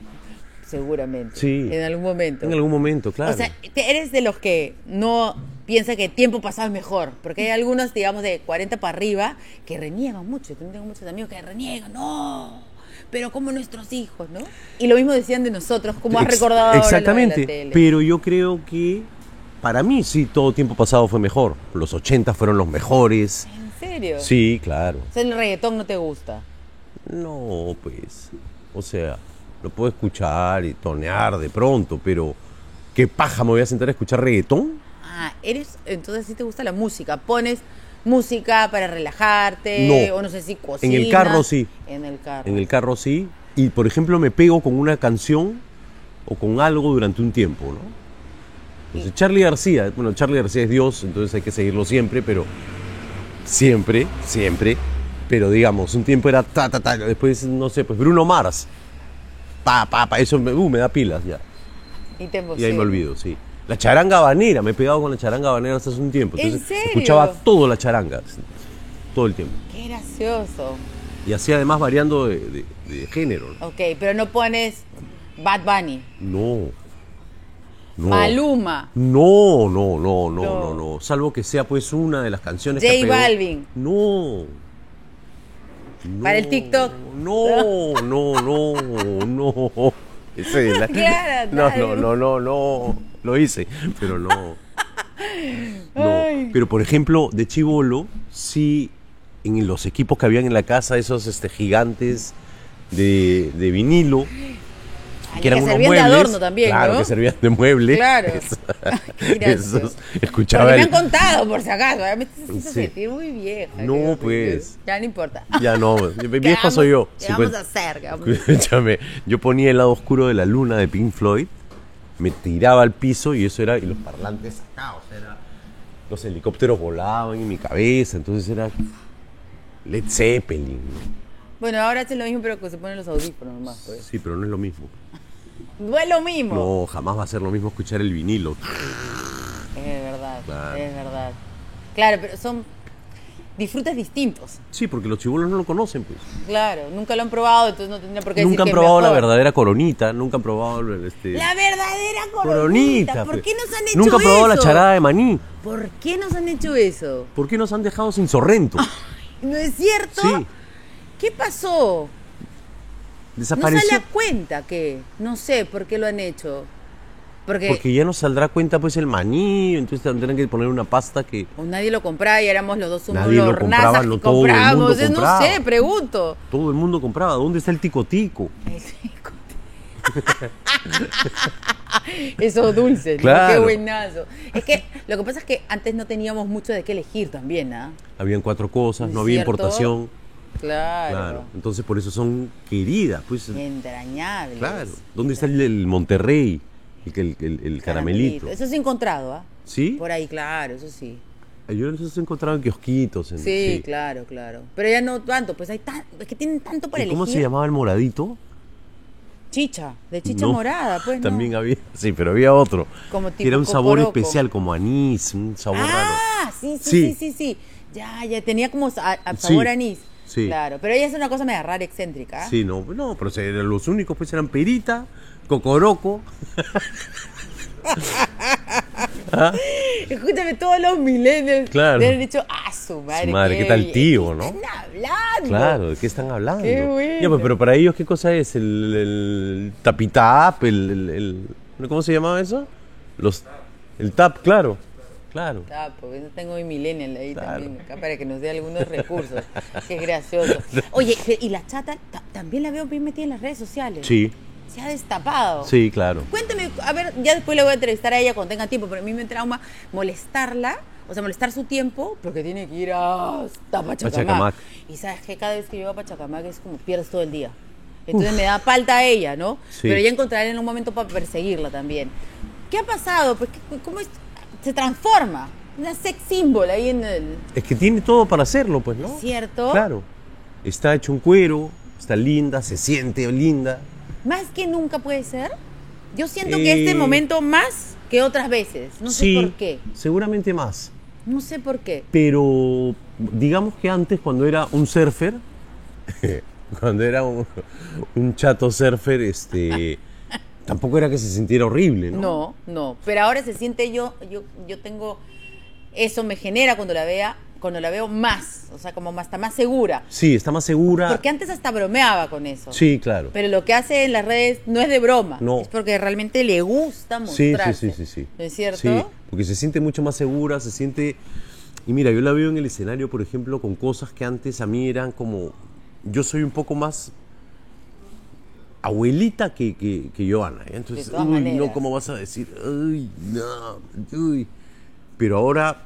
Speaker 1: Seguramente.
Speaker 2: Sí.
Speaker 1: En algún momento.
Speaker 2: En algún momento, claro.
Speaker 1: O sea, te- eres de los que no piensa que tiempo pasado es mejor, porque hay algunos, digamos, de 40 para arriba que reniegan mucho. Yo también tengo muchos amigos que reniegan, no, pero como nuestros hijos, ¿no? Y lo mismo decían de nosotros, como has
Speaker 2: Ex-
Speaker 1: recordado ahora lo de la
Speaker 2: Exactamente.
Speaker 1: tele.
Speaker 2: Pero yo creo que para mí sí, todo tiempo pasado fue mejor. Los 80 fueron los mejores.
Speaker 1: ¿En serio?
Speaker 2: Sí, claro.
Speaker 1: O sea, el reggaetón no te gusta.
Speaker 2: No, pues. O sea, lo puedo escuchar y tonear de pronto, pero. ¿Qué paja me voy a sentar a escuchar reggaetón?
Speaker 1: Ah, eres, entonces sí te gusta la música. Pones música para relajarte,
Speaker 2: No.
Speaker 1: o no sé si cocinas.
Speaker 2: En el carro sí.
Speaker 1: En el carro.
Speaker 2: En el carro sí. Y por ejemplo me pego con una canción o con algo durante un tiempo, ¿no? Entonces, Charlie García, bueno, Charlie García es Dios, entonces hay que seguirlo siempre, pero siempre, siempre. Pero digamos, un tiempo era ta, ta, ta, después, no sé, pues Bruno Mars. Pa, pa, pa, eso me, uh, me da pilas ya.
Speaker 1: Y te
Speaker 2: Y ahí
Speaker 1: emociona.
Speaker 2: me olvido, sí. La charanga banera, me he pegado con la charanga banera hasta hace un tiempo.
Speaker 1: ¿En
Speaker 2: Entonces,
Speaker 1: serio?
Speaker 2: escuchaba todo la charanga, todo el tiempo.
Speaker 1: Qué gracioso.
Speaker 2: Y así además variando de, de- de género. ¿no?
Speaker 1: Ok, pero no pones Bad Bunny,
Speaker 2: No. No.
Speaker 1: Maluma.
Speaker 2: No, no, no, no,
Speaker 1: No.
Speaker 2: no, no. Salvo que sea pues una de las canciones
Speaker 1: J
Speaker 2: que pegó.
Speaker 1: Balvin.
Speaker 2: No. No.
Speaker 1: Para el TikTok.
Speaker 2: No, no, no, no. Ese es la-
Speaker 1: Claro,
Speaker 2: no,
Speaker 1: claro.
Speaker 2: no, no, no, no. Lo hice, pero no.
Speaker 1: Ay.
Speaker 2: No. Pero por ejemplo, de Chivolo, sí, en los equipos que habían en la casa, esos este, gigantes de, de vinilo.
Speaker 1: Ay,
Speaker 2: Que eran
Speaker 1: que
Speaker 2: unos
Speaker 1: servían de
Speaker 2: muebles.
Speaker 1: adorno también,
Speaker 2: Claro,
Speaker 1: ¿no?
Speaker 2: que servían de mueble.
Speaker 1: Claro.
Speaker 2: Eso-
Speaker 1: Qué gracioso.
Speaker 2: esos-
Speaker 1: Porque
Speaker 2: escuchaba
Speaker 1: me han
Speaker 2: el-
Speaker 1: contado, por si acaso. ¿eh? Me hizo
Speaker 2: Sí.
Speaker 1: sentir muy vieja.
Speaker 2: No,
Speaker 1: creo,
Speaker 2: pues.
Speaker 1: Ya no importa.
Speaker 2: Ya no, viejo soy yo.
Speaker 1: ¿Qué vamos a
Speaker 2: 50.
Speaker 1: hacer? ¿Qué vamos a hacer?
Speaker 2: Escúchame, yo ponía el lado oscuro de la luna de Pink Floyd, me tiraba al piso y eso era, y los parlantes acá, o sea, era- los helicópteros volaban en mi cabeza, entonces era Led Zeppelin.
Speaker 1: Bueno, ahora hacen lo mismo, pero que se ponen los audífonos nomás. Pues.
Speaker 2: Sí, pero no es lo mismo.
Speaker 1: No es lo mismo.
Speaker 2: No, jamás va a ser lo mismo escuchar el vinilo.
Speaker 1: Es verdad,
Speaker 2: Claro.
Speaker 1: es verdad. Claro, pero son disfrutes distintos.
Speaker 2: Sí, porque los chibolos no lo conocen, pues.
Speaker 1: Claro, nunca lo han probado, entonces no tendría por qué decir
Speaker 2: Nunca han
Speaker 1: que es
Speaker 2: probado la
Speaker 1: mejor.
Speaker 2: verdadera coronita, nunca han probado el, este,
Speaker 1: La verdadera coronita.
Speaker 2: coronita.
Speaker 1: ¿Por
Speaker 2: pues.
Speaker 1: qué nos han hecho
Speaker 2: Nunca
Speaker 1: eso?
Speaker 2: han probado la charada de maní.
Speaker 1: ¿Por qué nos han hecho eso?
Speaker 2: ¿Por qué nos han dejado sin Sorrento?
Speaker 1: Ah, ¿No es cierto?
Speaker 2: Sí.
Speaker 1: ¿Qué pasó? No sale
Speaker 2: Desapareció.
Speaker 1: a cuenta que no sé por qué lo han hecho. Porque,
Speaker 2: Porque ya no saldrá cuenta pues el maní, entonces tendrán que poner una pasta que
Speaker 1: o pues, nadie lo compraba y éramos los dos unos
Speaker 2: Nadie lo
Speaker 1: lornazas
Speaker 2: compraba,
Speaker 1: que
Speaker 2: no todo el mundo
Speaker 1: comprábamos. Es- No
Speaker 2: compraba.
Speaker 1: sé, pregunto.
Speaker 2: todo el mundo compraba. ¿Dónde está el ticotico?
Speaker 1: Esos dulces, ¿no?
Speaker 2: Claro.
Speaker 1: qué buenazo. Es que lo que pasa es que antes no teníamos mucho de qué elegir también, ¿ah?
Speaker 2: Habían cuatro cosas,
Speaker 1: ¿Es
Speaker 2: no había
Speaker 1: cierto?
Speaker 2: importación.
Speaker 1: Claro. Eh,
Speaker 2: Claro. Entonces por eso son queridas, pues.
Speaker 1: Entrañables.
Speaker 2: Claro. ¿Dónde está el, el Monterrey? El, el- el- el caramelito.
Speaker 1: Eso sí he encontrado, ¿ah?
Speaker 2: ¿Sí?
Speaker 1: pues. Por ahí, claro, eso sí.
Speaker 2: Yo los he encontrado en kiosquitos. en-
Speaker 1: Sí, claro, claro. Pero ya no tanto, pues hay tan, es que tienen tanto para
Speaker 2: ¿Y
Speaker 1: elegir.
Speaker 2: ¿Cómo se llamaba el moradito?
Speaker 1: Chicha, de chicha
Speaker 2: No.
Speaker 1: morada, pues. ¿no?
Speaker 2: También había, sí, pero había otro.
Speaker 1: Como
Speaker 2: que
Speaker 1: tipo
Speaker 2: era un sabor
Speaker 1: cocoroco.
Speaker 2: especial, como anís, un sabor
Speaker 1: Ah, sí, sí, sí,
Speaker 2: Sí.
Speaker 1: sí, sí. Ya, ya tenía como sa- a- a
Speaker 2: Sí,
Speaker 1: sabor a anís.
Speaker 2: sí.
Speaker 1: Claro, pero ella es una cosa media rara, excéntrica. ¿ah?
Speaker 2: raro. Sí, no, no, pero se- eran los únicos pues eran perita, cocoroco.
Speaker 1: Escúchame, todos los millennials
Speaker 2: Claro.
Speaker 1: le han dicho, ah, su madre.
Speaker 2: Su madre, ¿qué tal
Speaker 1: bien".
Speaker 2: tío, no?
Speaker 1: Están hablando.
Speaker 2: Claro, ¿de qué están hablando?
Speaker 1: Qué bueno.
Speaker 2: Ya, pues, pero para ellos, ¿qué cosa es? El, el tapitap, el, el- el- ¿Cómo se llamaba eso? Los, el tap, claro. Claro.
Speaker 1: Ah, pues yo tengo mi millennial ahí
Speaker 2: Claro.
Speaker 1: también, acá para que nos dé algunos recursos. Qué gracioso. Oye, je- y la chata ta- también la veo bien metida en las redes sociales.
Speaker 2: Sí,
Speaker 1: Se ha destapado.
Speaker 2: sí, claro.
Speaker 1: Cuéntame, a ver, ya después le voy a entrevistar a ella cuando tenga tiempo, pero a mí me trauma molestarla, o sea, molestar su tiempo, porque tiene que ir hasta Pachacamac.
Speaker 2: Pachacamac.
Speaker 1: Y sabes que cada vez que yo voy a Pachacamac es como pierdes todo el día. Entonces me da falta a ella, ¿no?
Speaker 2: Sí.
Speaker 1: Pero ya encontraré en un momento para perseguirla también. ¿Qué ha pasado? Pues, ¿qué- ¿cómo es? se transforma? Una sex symbol ahí en el...
Speaker 2: Es que tiene todo para hacerlo, pues, ¿no?
Speaker 1: ¿Cierto?
Speaker 2: Claro. Está hecho un cuero, está linda, se siente linda.
Speaker 1: Más que nunca puede ser. Yo siento que este
Speaker 2: Eh.
Speaker 1: momento más que otras veces. No
Speaker 2: Sí,
Speaker 1: sé por qué.
Speaker 2: Seguramente más.
Speaker 1: No sé por qué.
Speaker 2: Pero digamos que antes, cuando era un surfer, cuando era un, un chato surfer, este. Tampoco era que se sintiera horrible, ¿no?
Speaker 1: No, no. Pero ahora se siente yo, yo, yo tengo, eso me genera cuando la vea, cuando la veo más, o sea, como más, está más segura.
Speaker 2: Sí, está más segura.
Speaker 1: Porque antes hasta bromeaba con eso.
Speaker 2: Ah. Sí, claro.
Speaker 1: Pero lo que hace en las redes no es de broma.
Speaker 2: No.
Speaker 1: Es porque realmente le gusta
Speaker 2: Sí,
Speaker 1: mostrarse.
Speaker 2: sí, sí, sí, sí.
Speaker 1: ¿No es cierto?
Speaker 2: Sí, porque se siente mucho más segura, se siente... Y mira, yo la veo en el escenario, por ejemplo, con cosas que antes a mí eran como... Yo soy un poco más abuelita que, que, que Johanna. ¿eh? Entonces,
Speaker 1: De todas
Speaker 2: uy,
Speaker 1: maneras.
Speaker 2: no, ¿cómo vas a decir? Uy, no, uy. Pero ahora,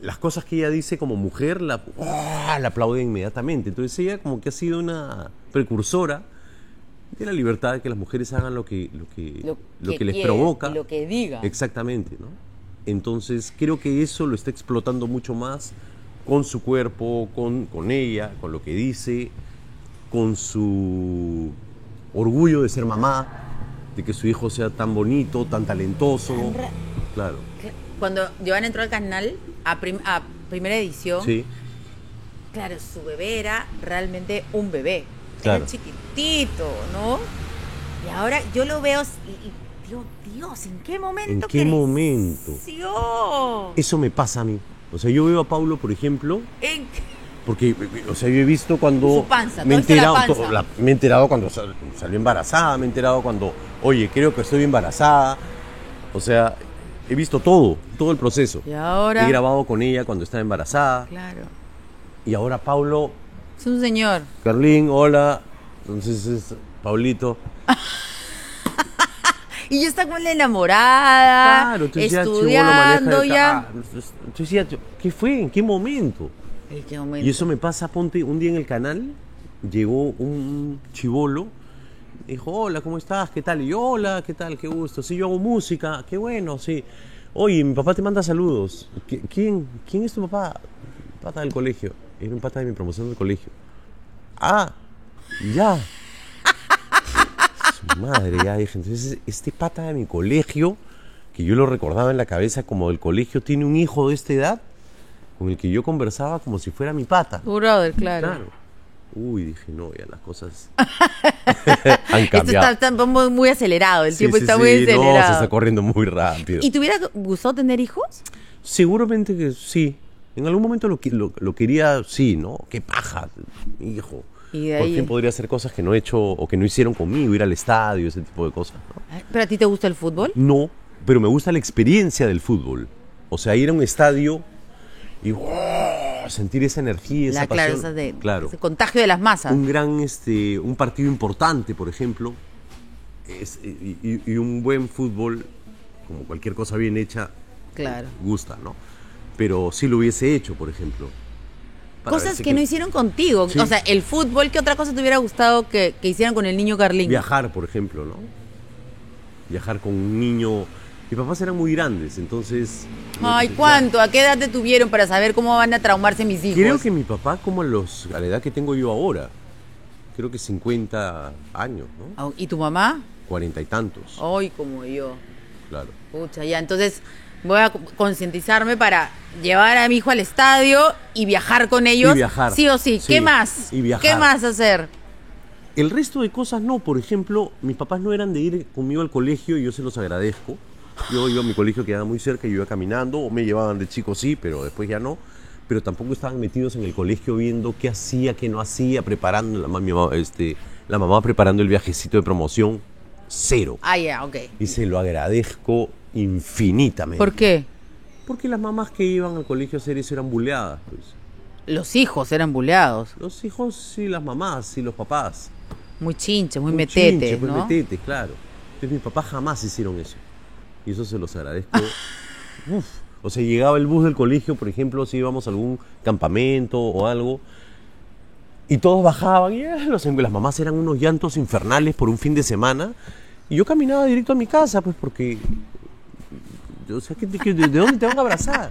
Speaker 2: las cosas que ella dice como mujer, la, ¡ah! la aplaude inmediatamente. Entonces ella como que ha sido una precursora de la libertad de que las mujeres hagan lo que, lo que,
Speaker 1: Lo
Speaker 2: lo
Speaker 1: que
Speaker 2: que, les
Speaker 1: quieran,
Speaker 2: provoca.
Speaker 1: lo que digan.
Speaker 2: Exactamente, ¿no? Entonces creo que eso lo está explotando mucho más con su cuerpo, con, con ella, con lo que dice, con su orgullo de ser mamá, de que su hijo sea tan bonito, tan talentoso.
Speaker 1: ra-
Speaker 2: Claro,
Speaker 1: Cuando Giovanna entró al canal, a, prim- a primera edición,
Speaker 2: sí.
Speaker 1: claro, su bebé era realmente un bebé.
Speaker 2: Claro.
Speaker 1: Era chiquitito, ¿no? Y ahora yo lo veo y, y digo, Dios, ¿en qué momento?
Speaker 2: ¿En qué momento?
Speaker 1: creció?
Speaker 2: Eso me pasa a mí. O sea, yo veo a Paulo, por ejemplo,
Speaker 1: ¿En qué-
Speaker 2: porque, eh, o sea, yo he visto cuando...
Speaker 1: Su panza,
Speaker 2: me he
Speaker 1: todo es la
Speaker 2: enterado,
Speaker 1: panza.
Speaker 2: to- la- me he enterado cuando sal- salió embarazada, me he enterado cuando, oye, creo que estoy embarazada. O sea, he visto todo, todo el proceso.
Speaker 1: Y
Speaker 2: He
Speaker 1: ahora.
Speaker 2: grabado con ella cuando estaba embarazada.
Speaker 1: Claro.
Speaker 2: Y ahora Paulo,
Speaker 1: Es un señor.
Speaker 2: Carlín, hola. Entonces es Paulito.
Speaker 1: Y ya está con la enamorada.
Speaker 2: entonces ya Chibolo maneja
Speaker 1: estudiando
Speaker 2: el
Speaker 1: ya.
Speaker 2: ca- ah, entonces- entonces ya, ¿Qué fue? ¿En qué momento?
Speaker 1: ¿En qué momento?
Speaker 2: ah. Y eso me pasa, ponte, un día en el canal llegó un chivolo, dijo, hola, ¿cómo estás? ¿Qué tal? Y yo, hola, ¿qué tal? Qué gusto. Sí, yo hago música, qué bueno, sí. Oye, mi papá te manda saludos. "¿Qui- ¿Quién, quién es tu papá? Pata del colegio. Era un pata de mi promoción del colegio. Ah, ya. Su madre, ya dije. Entonces, este pata de mi colegio, que yo lo recordaba en la cabeza como del colegio, tiene un hijo de esta edad con el que yo conversaba como si fuera mi pata.
Speaker 1: Tu Uh, brother, claro.
Speaker 2: Claro. Uy, dije, no, ya las cosas han
Speaker 1: Esto
Speaker 2: cambiado.
Speaker 1: está, está muy- muy acelerado, el
Speaker 2: Sí,
Speaker 1: tiempo
Speaker 2: sí,
Speaker 1: está
Speaker 2: sí,
Speaker 1: muy
Speaker 2: no,
Speaker 1: acelerado.
Speaker 2: se está corriendo muy rápido.
Speaker 1: ¿Y te hubiera gustado tener hijos?
Speaker 2: Seguramente que sí. En algún momento lo, que- lo, lo quería, sí, ¿no? Qué paja, mi hijo.
Speaker 1: Y de
Speaker 2: Por
Speaker 1: ahí-
Speaker 2: fin podría hacer cosas que no he hecho o que no hicieron conmigo, ir al estadio, ese tipo de cosas. ¿no?
Speaker 1: ¿Pero a ti te gusta el fútbol?
Speaker 2: No, pero me gusta la experiencia del fútbol. O sea, ir a un estadio y ¡guau! sentir esa energía, esa
Speaker 1: la
Speaker 2: pasión.
Speaker 1: claro, esa de,
Speaker 2: Claro.
Speaker 1: ese contagio de las masas.
Speaker 2: un gran este un partido importante por ejemplo es- y, y- y un buen fútbol como cualquier cosa bien hecha
Speaker 1: Claro.
Speaker 2: gusta no pero sí lo hubiese hecho por ejemplo para
Speaker 1: Cosas
Speaker 2: ver si
Speaker 1: que, no hicieron contigo.
Speaker 2: Sí.
Speaker 1: O sea, el fútbol, ¿qué otra cosa te hubiera gustado que, que hicieran con el niño Carlín?
Speaker 2: viajar por ejemplo no viajar con un niño mis papás eran muy grandes entonces
Speaker 1: Ay, ¿cuánto? ¿A qué edad te tuvieron para saber cómo van a traumarse mis hijos?
Speaker 2: creo que mi papá como a los a la edad que tengo yo ahora creo que 50 años no
Speaker 1: Ah, ¿Y tu mamá?
Speaker 2: cuarenta y tantos
Speaker 1: Ay, como yo.
Speaker 2: claro
Speaker 1: Pucha, ya, entonces voy a co- concientizarme para llevar a mi hijo al estadio y viajar con ellos.
Speaker 2: viajar.
Speaker 1: Sí o sí.
Speaker 2: Sí,
Speaker 1: ¿Qué más?
Speaker 2: y viajar.
Speaker 1: ¿Qué más hacer?
Speaker 2: El resto de cosas no, por ejemplo, mis papás no eran de ir conmigo al colegio y yo se los agradezco. Yo iba a mi colegio que era muy cerca y yo iba caminando, o me llevaban de chico sí, pero después ya no. Pero tampoco estaban metidos en el colegio viendo qué hacía, qué no hacía, preparando, la, ma- mi mamá, este, la mamá preparando el viajecito de promoción, cero.
Speaker 1: Ah, ya, ok.
Speaker 2: Y se lo agradezco infinitamente.
Speaker 1: ¿Por qué?
Speaker 2: Porque las mamás que iban al colegio a hacer eso eran buleadas. pues.
Speaker 1: Los hijos eran buleados.
Speaker 2: Los hijos y las mamás y los papás.
Speaker 1: Muy chinches, muy
Speaker 2: Un
Speaker 1: metetes,
Speaker 2: chinche, pues,
Speaker 1: ¿no?
Speaker 2: metetes, claro. Entonces mis papás jamás hicieron eso. Y eso se los agradezco. Uf. O sea, llegaba el bus del colegio, por ejemplo, si íbamos a algún campamento o algo. Y todos bajaban y ah, los- las mamás eran unos llantos infernales por un fin de semana. Y yo caminaba directo a mi casa, pues porque... O sea, ¿qué te- qué- ¿de de dónde te van a abrazar?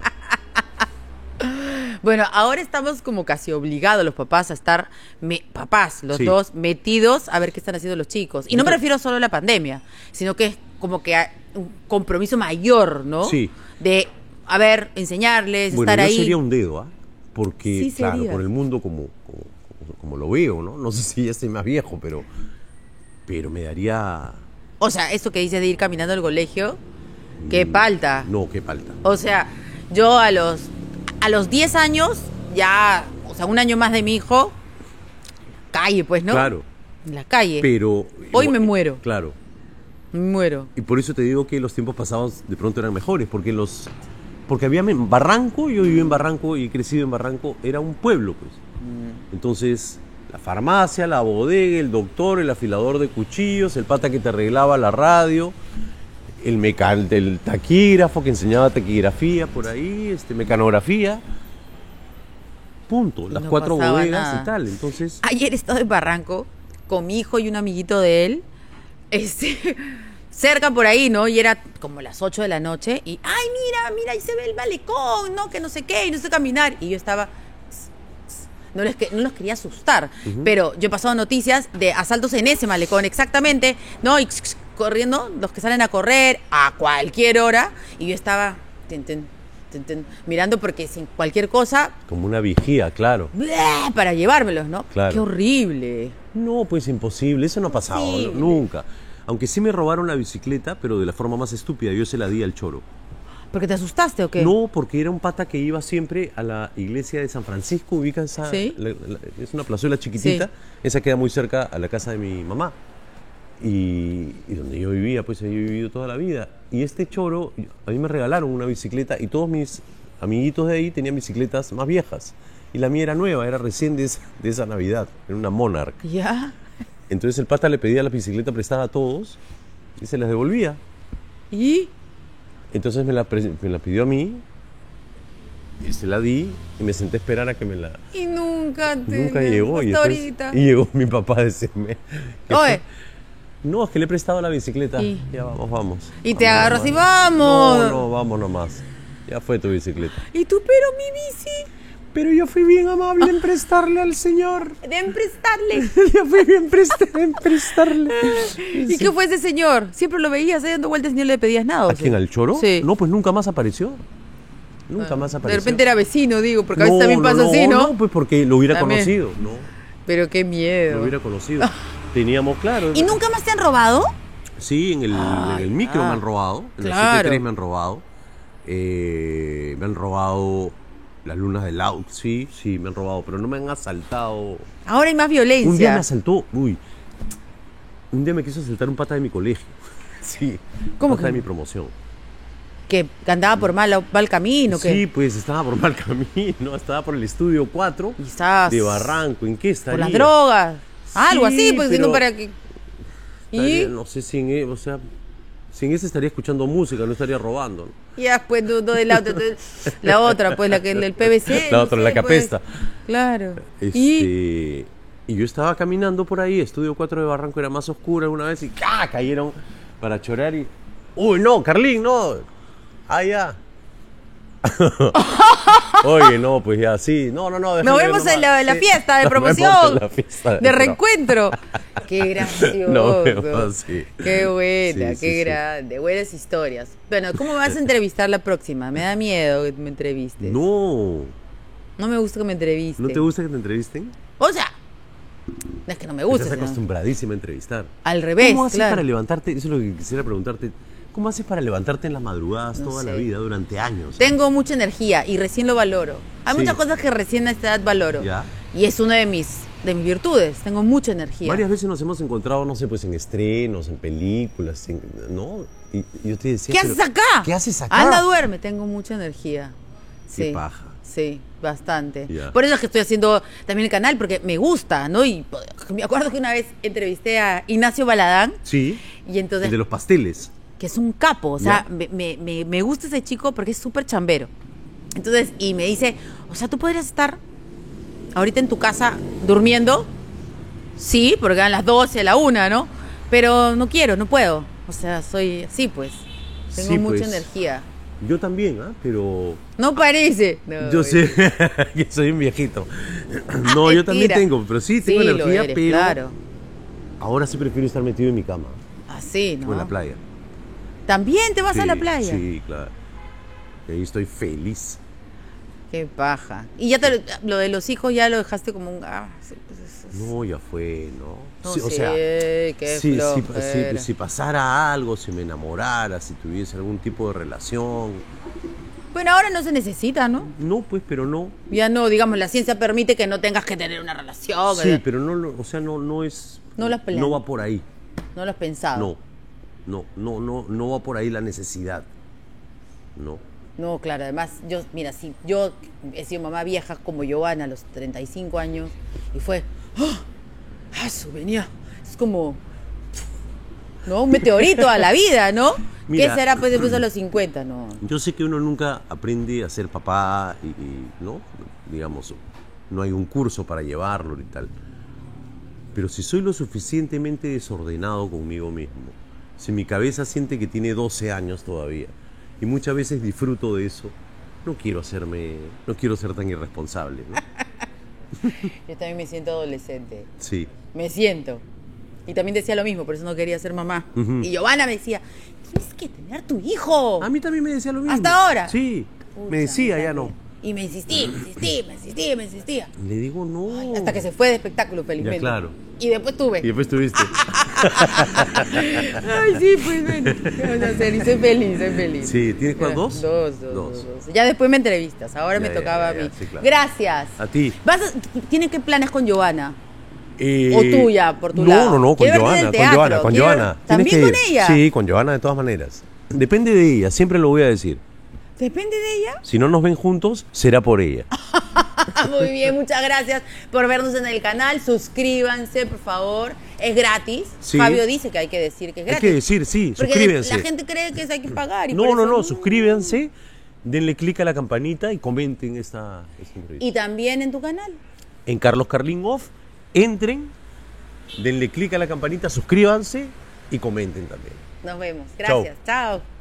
Speaker 1: Bueno, ahora estamos como casi obligados los papás a estar, me- papás, los
Speaker 2: Sí.
Speaker 1: dos, metidos a ver qué están haciendo los chicos. Y no me refiero solo a la pandemia, sino que es como que hay un compromiso mayor, ¿no?
Speaker 2: Sí.
Speaker 1: De, a ver, enseñarles,
Speaker 2: Bueno,
Speaker 1: estar
Speaker 2: yo
Speaker 1: ahí.
Speaker 2: sería un dedo, ¿ah? Porque,
Speaker 1: Sí,
Speaker 2: claro,
Speaker 1: serías.
Speaker 2: por el mundo como, como, como- como lo veo, ¿no? No sé si ya estoy más viejo, pero, pero me daría...
Speaker 1: O sea, esto que dices de ir caminando al colegio, qué palta.
Speaker 2: No, qué falta.
Speaker 1: O sea, yo a los a los 10 años, ya, o sea, un año más de mi hijo, calle, pues, ¿no?
Speaker 2: Claro,
Speaker 1: En la calle.
Speaker 2: pero...
Speaker 1: Eh, Hoy me muero.
Speaker 2: Claro.
Speaker 1: Me muero.
Speaker 2: Y por eso te digo que los tiempos pasados de pronto eran mejores, porque los... Porque había en Barranco, yo viví en Barranco y he crecido en Barranco, era un pueblo, pues.
Speaker 1: Mm.
Speaker 2: Entonces, la farmacia, la bodega, el doctor, el afilador de cuchillos, el pata que te arreglaba la radio, el, mecan el taquígrafo que enseñaba taquigrafía por ahí, este, mecanografía. Punto. Las
Speaker 1: No
Speaker 2: cuatro
Speaker 1: pasaba
Speaker 2: bodegas
Speaker 1: nada.
Speaker 2: y tal. Entonces,
Speaker 1: Ayer estaba en Barranco con mi hijo y un amiguito de él, este, cerca por ahí, ¿no? Y era como las 8 de la noche y, ay, mira, mira, ahí se ve el malecón, ¿no? Que no sé qué, y no sé caminar. Y yo estaba... No, les que- no los quería asustar, pero yo he pasado noticias de asaltos en ese malecón, exactamente, ¿no? Y corriendo, los que salen a correr a cualquier hora, y yo estaba... tin, tin, tun, tun, mirando porque sin cualquier cosa,
Speaker 2: Como una vigía, claro.
Speaker 1: ¡bleh! para llevármelos, ¿no?
Speaker 2: Claro.
Speaker 1: Qué horrible.
Speaker 2: No, pues imposible, eso no ha pasado
Speaker 1: Imposible.
Speaker 2: no, nunca. Aunque sí me robaron la bicicleta, pero de la forma más estúpida, yo se la di al choro.
Speaker 1: ¿Porque te asustaste o qué?
Speaker 2: No, porque era un pata que iba siempre a la iglesia de San Francisco, ubica esa,
Speaker 1: Sí.
Speaker 2: la- la- es una plazuela chiquitita,
Speaker 1: Sí.
Speaker 2: esa queda muy cerca a la casa de mi mamá. Y, y donde yo vivía, pues ahí he vivido toda la vida. Y este choro, a mí me regalaron una bicicleta y todos mis amiguitos de ahí tenían bicicletas más viejas. Y la mía era nueva, era recién de esa, de esa Navidad, era una Monarch.
Speaker 1: ¿Ya?
Speaker 2: Entonces el pata le pedía la bicicleta prestada a todos y se las devolvía.
Speaker 1: ¿Y?
Speaker 2: Entonces me la, pre- me la pidió a mí, y se la di y me senté a esperar a que me la...
Speaker 1: Y nunca te...
Speaker 2: Nunca llegó y,
Speaker 1: Hasta
Speaker 2: después-
Speaker 1: ahorita.
Speaker 2: y llegó mi papá a decirme... que-
Speaker 1: Oye,
Speaker 2: No, es que le he prestado la bicicleta.
Speaker 1: Y-
Speaker 2: Ya vamos, vamos.
Speaker 1: Y te
Speaker 2: Vamos
Speaker 1: agarró así,
Speaker 2: nomás.
Speaker 1: "Vamos".
Speaker 2: No, no, vamos nomás. Ya fue tu bicicleta.
Speaker 1: ¿y tú, pero mi bici?
Speaker 2: Pero yo fui bien amable en prestarle al señor.
Speaker 1: Deben prestarle.
Speaker 2: Yo fui bien en prestarle.
Speaker 1: ¿Y qué fue ese señor? Siempre lo veías ahí dando vueltas y no le pedías nada. ¿o
Speaker 2: ¿A
Speaker 1: sí?
Speaker 2: quién? ¿Al choro?
Speaker 1: Sí.
Speaker 2: No, pues nunca más apareció. Nunca más
Speaker 1: De
Speaker 2: apareció.
Speaker 1: repente era vecino, digo, porque a veces también pasa así, ¿no?
Speaker 2: pues porque lo hubiera
Speaker 1: También.
Speaker 2: conocido. No,
Speaker 1: Pero qué miedo.
Speaker 2: lo hubiera conocido. Teníamos claro.
Speaker 1: ¿Y nunca más te han robado?
Speaker 2: Sí, en el, en el micro
Speaker 1: ah.
Speaker 2: me han robado. En
Speaker 1: Claro.
Speaker 2: la 73 me han robado. Eh, me han robado las lunas del au. Sí, sí, me han robado. Pero no me han asaltado.
Speaker 1: Ahora hay más
Speaker 2: Un día
Speaker 1: violencia.
Speaker 2: me asaltó. Uy. Un día me quiso asaltar un pata de mi colegio. Sí.
Speaker 1: ¿Cómo
Speaker 2: pata
Speaker 1: que?
Speaker 2: de mi promoción.
Speaker 1: Que andaba por mal, mal camino. que-
Speaker 2: Sí, pues estaba por mal camino, estaba por el estudio 4
Speaker 1: Y estabas-
Speaker 2: de Barranco, ¿en qué estaría?
Speaker 1: Por las drogas. Algo
Speaker 2: Sí,
Speaker 1: así, pues sino
Speaker 2: pero-
Speaker 1: para que.
Speaker 2: Estaría-
Speaker 1: Y
Speaker 2: No sé si en, e- o sea, sin ese estaría escuchando música, no estaría robando. ¿no?
Speaker 1: ya, pues, no, no de la otra. de- La otra, pues, la que del PVC.
Speaker 2: La
Speaker 1: no
Speaker 2: otra,
Speaker 1: sé,
Speaker 2: la que
Speaker 1: pues.
Speaker 2: apesta.
Speaker 1: Claro.
Speaker 2: Este,
Speaker 1: Y
Speaker 2: ¿Y? yo estaba caminando por ahí, estudio 4 de Barranco era más oscura alguna vez y ¡ca! cayeron para chorar y uy, no, Carlín, no. Ah, ya. Oye, no, pues ya, sí. No, no, no.
Speaker 1: nos
Speaker 2: déjame ver
Speaker 1: vemos en
Speaker 2: nomás.
Speaker 1: la, la
Speaker 2: Sí.
Speaker 1: fiesta de
Speaker 2: Nos vemos en
Speaker 1: promoción.
Speaker 2: la fiesta
Speaker 1: de
Speaker 2: pro-
Speaker 1: reencuentro. Qué gracioso.
Speaker 2: Nos vemos, sí.
Speaker 1: Qué buena,
Speaker 2: Sí, sí,
Speaker 1: qué
Speaker 2: sí.
Speaker 1: grande. Buenas historias. Bueno, ¿cómo me vas a entrevistar la próxima? Me da miedo que me entrevistes. No,
Speaker 2: No.
Speaker 1: me gusta que me entrevistes.
Speaker 2: ¿No te gusta que te entrevisten?
Speaker 1: O sea, no es que no me gusta.
Speaker 2: Estás
Speaker 1: sino-
Speaker 2: acostumbradísima a entrevistar.
Speaker 1: Al revés,
Speaker 2: ¿Cómo haces
Speaker 1: claro.
Speaker 2: para levantarte? Eso es lo que quisiera preguntarte. ¿Cómo haces para levantarte en las madrugadas
Speaker 1: No
Speaker 2: toda la
Speaker 1: sé.
Speaker 2: vida, durante años?
Speaker 1: Tengo mucha energía y recién lo valoro. Hay
Speaker 2: Sí.
Speaker 1: muchas cosas que recién a esta edad valoro.
Speaker 2: Ya.
Speaker 1: Y es una de mis, de mis virtudes. Tengo mucha energía.
Speaker 2: Varias veces nos hemos encontrado, no sé, pues en estrenos, en películas, en- ¿no? Y y yo te decía...
Speaker 1: ¿Qué
Speaker 2: pero,
Speaker 1: haces acá?
Speaker 2: ¿Qué haces acá?
Speaker 1: Anda, duerme. Tengo mucha energía. Sí.
Speaker 2: Qué paja.
Speaker 1: Sí, bastante.
Speaker 2: Ya.
Speaker 1: Por eso es que estoy haciendo también el canal, porque me gusta, ¿no? Y po- me acuerdo que una vez entrevisté a Ignacio Baladán
Speaker 2: Sí,
Speaker 1: y entonces,
Speaker 2: el de los pasteles.
Speaker 1: que es un capo, o sea,
Speaker 2: Ya.
Speaker 1: me, me- me- me gusta ese chico porque es súper chambero. Entonces, y me dice, o sea, tú podrías estar ahorita en tu casa durmiendo, sí, porque eran las 12, la 1, ¿no? Pero no quiero, no puedo. O sea, soy así, pues. Tengo
Speaker 2: Sí,
Speaker 1: mucha
Speaker 2: pues.
Speaker 1: energía.
Speaker 2: Yo también, ¿ah? Pero
Speaker 1: No parece. No,
Speaker 2: yo
Speaker 1: es-
Speaker 2: sé que soy un viejito. No, yo también
Speaker 1: Ah, mentira.
Speaker 2: tengo, pero sí, tengo
Speaker 1: Sí, lo
Speaker 2: energía,
Speaker 1: eres,
Speaker 2: pero
Speaker 1: Claro.
Speaker 2: ahora sí prefiero estar metido en mi cama
Speaker 1: Así, ¿no?
Speaker 2: o en la playa.
Speaker 1: También te vas a
Speaker 2: Sí,
Speaker 1: la playa.
Speaker 2: Sí, claro. Y Ahí estoy feliz.
Speaker 1: Qué paja. Y ya te lo, lo de los hijos ya lo dejaste como un. ah, sí, pues, es- es-
Speaker 2: No, ya fue, ¿no?
Speaker 1: no
Speaker 2: Sí, o
Speaker 1: sé,
Speaker 2: sea,
Speaker 1: qué
Speaker 2: Sí, si, pa- si-
Speaker 1: flojera.
Speaker 2: si pasara algo, si me enamorara, si tuviese algún tipo de relación.
Speaker 1: Bueno, ahora no se necesita, ¿no?
Speaker 2: No, pues, pero no.
Speaker 1: Ya no, digamos, la ciencia permite que no tengas que tener una relación.
Speaker 2: Sí,
Speaker 1: ¿verdad?
Speaker 2: pero no, lo- o sea, no, no es.
Speaker 1: No las pelean.
Speaker 2: No va por ahí.
Speaker 1: No lo has pensado.
Speaker 2: No. No, no, no, no va por ahí la necesidad. No.
Speaker 1: No, claro, además, yo, mira, si yo he sido mamá vieja como Giovanna a los 35 años y fue, ¡ah! ¡Ah, su venía! Es como, ¿no? Un meteorito a la vida, ¿no?
Speaker 2: Mira.
Speaker 1: ¿Qué será pues después a los 50? No.
Speaker 2: Yo sé que uno nunca aprende a ser papá y, y, no, digamos, no hay un curso para llevarlo y tal. Pero si soy lo suficientemente desordenado conmigo mismo, si mi cabeza siente que tiene 12 años todavía y muchas veces disfruto de eso, no quiero hacerme, no quiero ser tan irresponsable, ¿no?
Speaker 1: Yo también me siento adolescente.
Speaker 2: Sí.
Speaker 1: Me siento. Y también decía lo mismo, por eso no quería ser mamá.
Speaker 2: Ujú.
Speaker 1: Y Giovanna me decía, tienes que tener tu hijo.
Speaker 2: A mí también me decía lo mismo.
Speaker 1: ¿Hasta ahora?
Speaker 2: Sí. Me decía, ya no.
Speaker 1: Y me insistí, me insistí, me insistí, me insistía.
Speaker 2: Le digo, no.
Speaker 1: Ay, Hasta que se fue de espectáculo, felizmente.
Speaker 2: Uh. claro.
Speaker 1: Y después tuve.
Speaker 2: Y después tuviste.
Speaker 1: Ay, sí, pues bueno. ¿Qué vas a hacer? Y soy feliz, soy feliz.
Speaker 2: Sí, ¿tienes cuál? ¿Dos?
Speaker 1: Dos, dos, dos, dos. Ya después me entrevistas, ahora
Speaker 2: Ya,
Speaker 1: me
Speaker 2: ya,
Speaker 1: tocaba
Speaker 2: ya,
Speaker 1: a
Speaker 2: ya,
Speaker 1: mí.
Speaker 2: sí, claro.
Speaker 1: Gracias.
Speaker 2: A ti.
Speaker 1: Vas a- ¿Tienen qué planes con Giovanna?
Speaker 2: Eh,
Speaker 1: O tuya, por tu
Speaker 2: no,
Speaker 1: lado.
Speaker 2: No, no, con
Speaker 1: Quiero verte en
Speaker 2: Joana,
Speaker 1: el teatro,
Speaker 2: con Joana, con
Speaker 1: quiero-
Speaker 2: Joana. Tienes
Speaker 1: ¿También
Speaker 2: que
Speaker 1: con
Speaker 2: ir.
Speaker 1: ella?
Speaker 2: Sí, con Joana de todas maneras. Depende de ella, siempre lo voy a decir.
Speaker 1: Depende de ella.
Speaker 2: Si no nos ven juntos, será por ella.
Speaker 1: Ah, Muy bien, muchas gracias por vernos en el canal. Suscríbanse, por favor. Es gratis.
Speaker 2: Sí.
Speaker 1: Fabio dice que hay que decir que es
Speaker 2: Hay
Speaker 1: gratis.
Speaker 2: que decir, sí,
Speaker 1: Porque
Speaker 2: suscríbanse.
Speaker 1: la gente cree que eso hay que pagar. Y
Speaker 2: No,
Speaker 1: por
Speaker 2: no,
Speaker 1: eso-
Speaker 2: no, suscríbanse, denle clic a la campanita y comenten esta, esta entrevista.
Speaker 1: Y también en tu canal.
Speaker 2: En Carlos Carlin Off, entren, denle clic a la campanita, suscríbanse y comenten también.
Speaker 1: Nos vemos. Gracias. Chao.